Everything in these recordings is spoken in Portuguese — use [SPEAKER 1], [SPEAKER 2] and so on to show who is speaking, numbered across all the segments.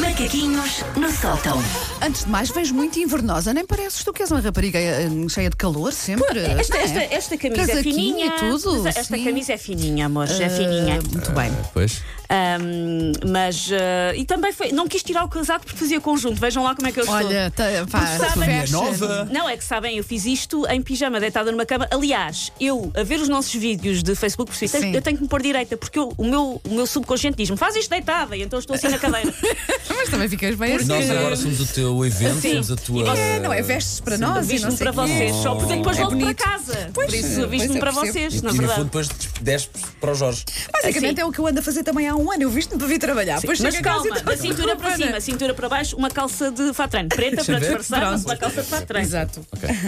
[SPEAKER 1] Macaquinhos no sótão.
[SPEAKER 2] Antes de mais, vens muito invernosa. Nem pareces tu que és uma rapariga eh, cheia de calor sempre.
[SPEAKER 3] Esta,
[SPEAKER 2] não é?
[SPEAKER 3] esta, esta camisa é
[SPEAKER 2] Casaquinho
[SPEAKER 3] fininha.
[SPEAKER 2] e tudo.
[SPEAKER 3] Mas esta
[SPEAKER 2] sim.
[SPEAKER 3] camisa é fininha, amor. é fininha.
[SPEAKER 2] Ah, Muito bem.
[SPEAKER 4] Pois.
[SPEAKER 3] Ahm, mas. ah, e também foi. Não quis tirar o casaco porque fazia conjunto. Vejam lá como é que eu estou.
[SPEAKER 2] Olha, tá, pá,
[SPEAKER 3] Porque sabem-
[SPEAKER 2] fashion.
[SPEAKER 4] nova.
[SPEAKER 3] Não, é que sabem, eu fiz isto em pijama, deitada numa cama. Aliás, eu, a ver os nossos vídeos de Facebook, por isso,
[SPEAKER 2] Sim.
[SPEAKER 3] eu tenho que me pôr direita, porque eu- o, meu, o meu subconsciente diz-me: faz isto deitada, e então estou assim na cadeira.
[SPEAKER 2] Mas também ficas bem assim.
[SPEAKER 4] Nós agora somos o teu evento,
[SPEAKER 3] Sim.
[SPEAKER 4] somos a tua.
[SPEAKER 2] É, não é? Vestes para nós e não
[SPEAKER 3] Visto-me
[SPEAKER 2] sei
[SPEAKER 3] para
[SPEAKER 2] o quê.
[SPEAKER 3] vocês, só porque depois
[SPEAKER 2] É
[SPEAKER 3] volto
[SPEAKER 2] bonito.
[SPEAKER 3] para casa.
[SPEAKER 2] Pois, é,
[SPEAKER 3] por
[SPEAKER 2] pois,
[SPEAKER 3] isso,
[SPEAKER 2] eu
[SPEAKER 3] visto-me para
[SPEAKER 2] percebo.
[SPEAKER 3] vocês,
[SPEAKER 4] E,
[SPEAKER 3] na
[SPEAKER 4] e no
[SPEAKER 3] verdade.
[SPEAKER 4] fundo depois despes para o Jorge.
[SPEAKER 2] Basicamente
[SPEAKER 3] Assim.
[SPEAKER 2] é o que eu ando a fazer também há um ano. Eu viste-me para vir trabalhar. Depois
[SPEAKER 3] Mas
[SPEAKER 2] chego a casa
[SPEAKER 3] calma,
[SPEAKER 2] e tô-
[SPEAKER 3] a cintura para cima, a cintura para baixo, uma calça de fatran preta
[SPEAKER 4] é Deixa eu
[SPEAKER 3] para
[SPEAKER 4] ver.
[SPEAKER 3] disfarçar, mas uma calça de fatran.
[SPEAKER 2] Exato.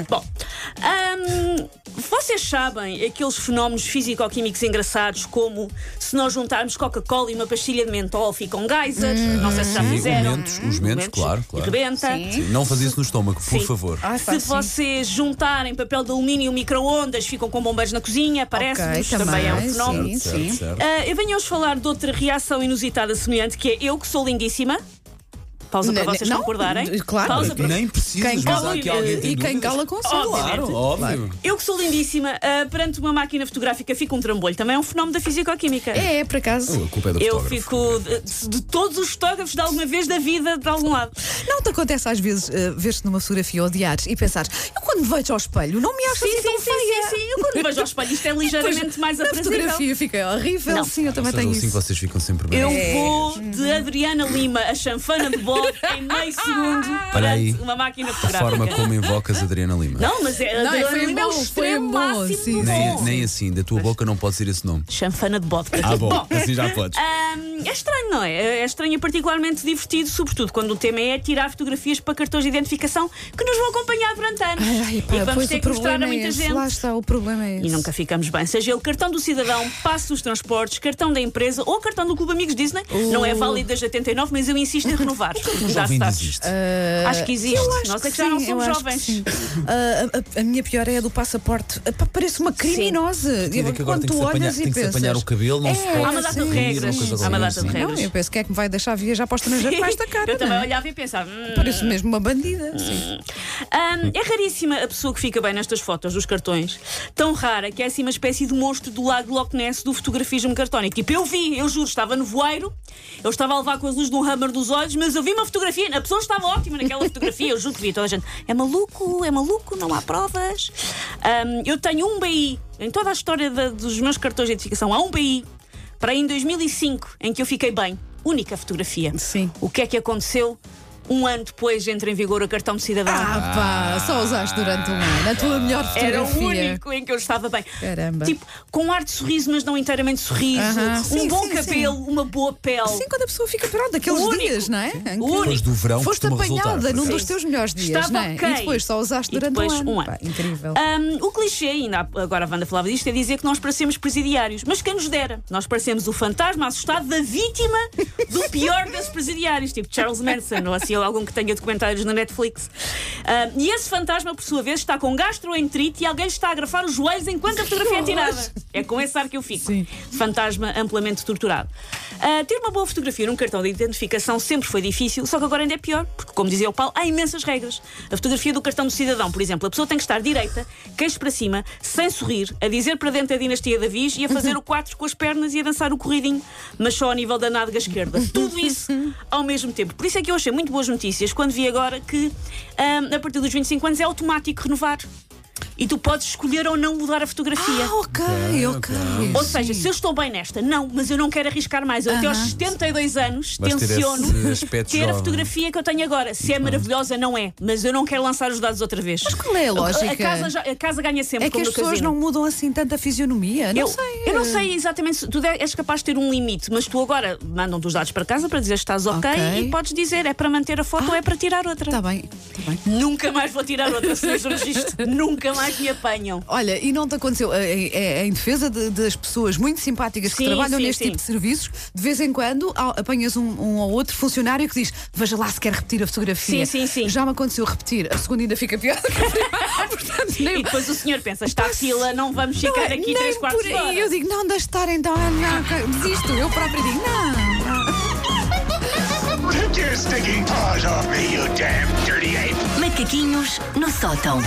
[SPEAKER 3] Bom, ahm, vocês sabem aqueles fenómenos físico-químicos engraçados como se nós juntarmos Coca-Cola e uma pastilha de mentol fica um geyser, não sei se já
[SPEAKER 4] Uhum. Sim, os
[SPEAKER 3] fizeram.
[SPEAKER 4] mentos, os mentos, claro, claro. Ah,
[SPEAKER 3] Rebenta.
[SPEAKER 4] Não fazer isso no estômago, por
[SPEAKER 3] Sim. Ah,
[SPEAKER 4] favor.
[SPEAKER 2] Ai, pá,
[SPEAKER 3] Se
[SPEAKER 2] sim.
[SPEAKER 3] vocês juntarem papel de alumínio e micro-ondas, ficam com bombas na cozinha, parece
[SPEAKER 2] Ok,
[SPEAKER 3] também, é um fenómeno.
[SPEAKER 2] Sim,
[SPEAKER 4] Certo,
[SPEAKER 2] sim.
[SPEAKER 4] certo.
[SPEAKER 3] Ah, eu venho hoje falar de outra reação inusitada semelhante, que é eu que sou lindíssima. Pausa
[SPEAKER 2] Não,
[SPEAKER 3] para vocês
[SPEAKER 2] não,
[SPEAKER 3] concordarem.
[SPEAKER 2] claro.
[SPEAKER 3] Pausa para...
[SPEAKER 4] Nem precisas,
[SPEAKER 2] Quem
[SPEAKER 4] mas
[SPEAKER 2] cala-
[SPEAKER 4] há aqui alguém que tem
[SPEAKER 2] E quem
[SPEAKER 4] dúvidas.
[SPEAKER 2] cala consome.
[SPEAKER 4] Claro, óbvio.
[SPEAKER 3] Eu que sou lindíssima, ah, perante uma máquina fotográfica fica um trambolho. Também é um fenómeno da fisicoquímica.
[SPEAKER 2] É, é, por acaso.
[SPEAKER 4] A culpa é do
[SPEAKER 3] Eu
[SPEAKER 4] fotógrafo.
[SPEAKER 3] fico de, de todos os fotógrafos de alguma vez da vida, de algum lado.
[SPEAKER 2] Não te acontece às vezes eh, ver-te numa fotografia odiares e pensares, eu quando me vejo ao espelho não me acho assim tão feia.
[SPEAKER 3] sim, sim. Eu quando vejo ao espelho isto é ligeiramente
[SPEAKER 2] Pois,
[SPEAKER 3] mais
[SPEAKER 2] na
[SPEAKER 3] aprazível.
[SPEAKER 2] fotografia fica horrível.
[SPEAKER 3] Não.
[SPEAKER 2] Sim, eu também
[SPEAKER 4] Vocês
[SPEAKER 2] tenho
[SPEAKER 4] assim que
[SPEAKER 2] isso.
[SPEAKER 4] vocês ficam sempre bem.
[SPEAKER 3] Eu
[SPEAKER 2] É.
[SPEAKER 3] vou
[SPEAKER 2] Uhum.
[SPEAKER 3] de Adriana Lima, a chanfana de Bob, em meio segundo,
[SPEAKER 4] Olha aí.
[SPEAKER 3] perante uma máquina
[SPEAKER 4] A
[SPEAKER 3] fotográfica.
[SPEAKER 4] forma como invocas Adriana Lima.
[SPEAKER 3] Não, mas é,
[SPEAKER 2] Não,
[SPEAKER 3] a Adriana
[SPEAKER 2] foi
[SPEAKER 3] Lima é
[SPEAKER 2] bom,
[SPEAKER 3] o
[SPEAKER 2] foi
[SPEAKER 3] extremo
[SPEAKER 2] bom,
[SPEAKER 3] máximo
[SPEAKER 2] sim,
[SPEAKER 3] do
[SPEAKER 2] sim.
[SPEAKER 4] Nem,
[SPEAKER 3] bom.
[SPEAKER 4] nem assim, da tua boca não pode ser esse nome.
[SPEAKER 3] Chanfana de vodka.
[SPEAKER 4] Ah, bom, assim já podes.
[SPEAKER 3] Ahm, é estranho, não é? É estranho e particularmente divertido, sobretudo quando o tema é tirar fotografias para cartões de identificação que nos vão acompanhar durante anos.
[SPEAKER 2] Ai, pá,
[SPEAKER 3] e vamos
[SPEAKER 2] pois
[SPEAKER 3] ter
[SPEAKER 2] o
[SPEAKER 3] que mostrar
[SPEAKER 2] problema é
[SPEAKER 3] a muita
[SPEAKER 2] esse.
[SPEAKER 3] gente.
[SPEAKER 2] Lá está, o problema é esse.
[SPEAKER 3] E nunca ficamos bem. Seja ele cartão do cidadão, passe dos transportes, cartão da empresa ou cartão do Clube Amigos Disney. Não
[SPEAKER 2] Uh.
[SPEAKER 3] é válido desde 89, mas eu insisto em renovar.
[SPEAKER 4] O
[SPEAKER 3] Já
[SPEAKER 4] jovem
[SPEAKER 3] sabes.
[SPEAKER 4] desiste.
[SPEAKER 3] Acho que existe. Nós é que já não
[SPEAKER 2] Sim, Eh, eu
[SPEAKER 3] somos
[SPEAKER 2] acho que
[SPEAKER 3] jovens.
[SPEAKER 2] sim. Ah, a- a, a minha pior é a do passaporte. Ah, pá, Parece uma criminosa.
[SPEAKER 4] Ainda é que agora
[SPEAKER 2] Quando
[SPEAKER 4] tem
[SPEAKER 2] tu
[SPEAKER 4] que, se apanhar,
[SPEAKER 2] olhas e
[SPEAKER 4] tem que se apanhar
[SPEAKER 2] pensas.
[SPEAKER 4] o cabelo, não se
[SPEAKER 2] É,
[SPEAKER 4] pode.
[SPEAKER 3] Há uma data de
[SPEAKER 4] sair,
[SPEAKER 3] regras.
[SPEAKER 4] coisa
[SPEAKER 3] Há uma
[SPEAKER 4] qualquer,
[SPEAKER 3] data de
[SPEAKER 4] sim.
[SPEAKER 2] Não,
[SPEAKER 3] regras.
[SPEAKER 2] eu penso que é que me vai deixar viajar para o estrangeiro com esta cara.
[SPEAKER 3] eu também
[SPEAKER 2] não é?
[SPEAKER 3] olhava e pensava. "Hum,
[SPEAKER 2] Parece mesmo uma bandida. Sim.
[SPEAKER 3] Ahm, é raríssima a pessoa que fica bem nestas fotos dos cartões. Tão rara que é assim uma espécie de monstro do lago Loch Ness do fotografismo cartónico. Tipo, eu vi, eu juro, estava no voeiro, eu estava a levar com as luzes de um hammer nos olhos, mas eu vi uma fotografia, a pessoa estava ótima naquela fotografia, eu juro que vi. Toda a gente é maluco, é maluco, não há provas. Ahm, eu tenho um BI, em toda a história da- dos meus cartões de identificação, há um BI para em 2005 em que eu fiquei bem. Única fotografia.
[SPEAKER 2] Sim.
[SPEAKER 3] O que é que aconteceu? Um ano depois entra em vigor o cartão de cidadão.
[SPEAKER 2] Ah, pá, só usaste durante um ano. A tua melhor fotografia.
[SPEAKER 3] Era o único em que eu estava bem.
[SPEAKER 2] Caramba.
[SPEAKER 3] Tipo, com um ar de sorriso, mas não inteiramente sorriso.
[SPEAKER 2] Aham.
[SPEAKER 3] Um
[SPEAKER 2] Sim,
[SPEAKER 3] bom
[SPEAKER 2] sim,
[SPEAKER 3] cabelo, uma boa pele.
[SPEAKER 2] Sim, quando a pessoa fica parada daqueles
[SPEAKER 3] O único.
[SPEAKER 2] dias, não é? Em que
[SPEAKER 3] O único.
[SPEAKER 4] Depois do verão
[SPEAKER 2] Foste
[SPEAKER 4] costuma
[SPEAKER 2] apanhada
[SPEAKER 4] resultar. por
[SPEAKER 2] num
[SPEAKER 4] acaso.
[SPEAKER 2] dos teus melhores dias,
[SPEAKER 3] Estava
[SPEAKER 2] não é?
[SPEAKER 3] ok.
[SPEAKER 2] E depois só usaste
[SPEAKER 3] E
[SPEAKER 2] durante
[SPEAKER 3] depois
[SPEAKER 2] um ano.
[SPEAKER 3] um ano.
[SPEAKER 2] Pá, incrível.
[SPEAKER 3] Ahm, o clichê, ainda há- agora a Wanda falava disto, é dizer que nós parecemos presidiários. Mas quem nos dera? Nós parecemos o fantasma assustado da vítima do pior desses presidiários, tipo Charles Manson ou assim, ou algum que tenha documentários na Netflix. Ahm, e esse fantasma, por sua vez, está com gastroenterite e alguém lhe está a agrafar os joelhos enquanto a fotografia é tirada. É com esse ar que eu fico.
[SPEAKER 2] Sim.
[SPEAKER 3] Fantasma amplamente torturado. Ah, ter uma boa fotografia num cartão de identificação sempre foi difícil, só que agora ainda é pior, porque, como dizia o Paulo, há imensas regras. A fotografia do cartão do cidadão, por exemplo, a pessoa tem que estar direita, queixo para cima, sem sorrir, a dizer para dentro a dinastia da Viz e a fazer o 4 com as pernas e a dançar o corridinho, mas só ao nível da nádega esquerda. Tudo isso ao mesmo tempo. Por isso é que eu achei muito boas notícias quando vi agora que, ah, a partir dos 25 anos, é automático renovar. E tu podes escolher ou não mudar a fotografia.
[SPEAKER 2] Ah, ok, ok.
[SPEAKER 3] Ou seja, se eu estou bem nesta, não, mas eu não quero arriscar mais. Eu até aos 72 anos
[SPEAKER 4] Vais ter
[SPEAKER 3] tenciono
[SPEAKER 4] esse aspecto
[SPEAKER 3] ter a
[SPEAKER 4] jovem.
[SPEAKER 3] fotografia que eu tenho agora. Se é maravilhosa, não é, mas eu não quero lançar os dados outra vez. Mas
[SPEAKER 2] Qual é a lógica?
[SPEAKER 3] A casa, já- a casa ganha sempre,
[SPEAKER 2] É que
[SPEAKER 3] como
[SPEAKER 2] as
[SPEAKER 3] no
[SPEAKER 2] pessoas
[SPEAKER 3] casino.
[SPEAKER 2] não mudam assim tanta fisionomia. Não
[SPEAKER 3] Eu,
[SPEAKER 2] sei.
[SPEAKER 3] eu não sei exatamente se tu de- és capaz de ter um limite, mas tu agora mandam-te os dados para casa para dizer que estás ok,
[SPEAKER 2] Ok. Tá
[SPEAKER 3] e podes dizer é para manter a foto ou é para tirar outra.
[SPEAKER 2] Está bem, está bem.
[SPEAKER 3] Nunca mais vou tirar outra, senhores do um registro. Nunca mais mais me apanham.
[SPEAKER 2] Olha, e não te aconteceu, eh, eh, em defesa de- das pessoas muito simpáticas que
[SPEAKER 3] Sim,
[SPEAKER 2] trabalham
[SPEAKER 3] sim,
[SPEAKER 2] neste
[SPEAKER 3] sim.
[SPEAKER 2] tipo de serviços, de vez em quando há- apanhas um, um ou outro funcionário que diz: Veja lá se quer repetir a fotografia.
[SPEAKER 3] Sim, sim, sim.
[SPEAKER 2] Já me aconteceu repetir, a segunda ainda fica pior do que a primeira. Portanto, nem.
[SPEAKER 3] E depois o senhor pensa, está a fila, não vamos
[SPEAKER 2] não
[SPEAKER 3] ficar
[SPEAKER 2] é-
[SPEAKER 3] aqui
[SPEAKER 2] nem
[SPEAKER 3] 3, 4
[SPEAKER 2] por aí. Eu digo: Não, deixe estar então, ah, não, desisto. Eu própria digo: Não.
[SPEAKER 5] Take your stinking paws off me, you damn dirty ape!
[SPEAKER 1] Macaquinhos no sótão.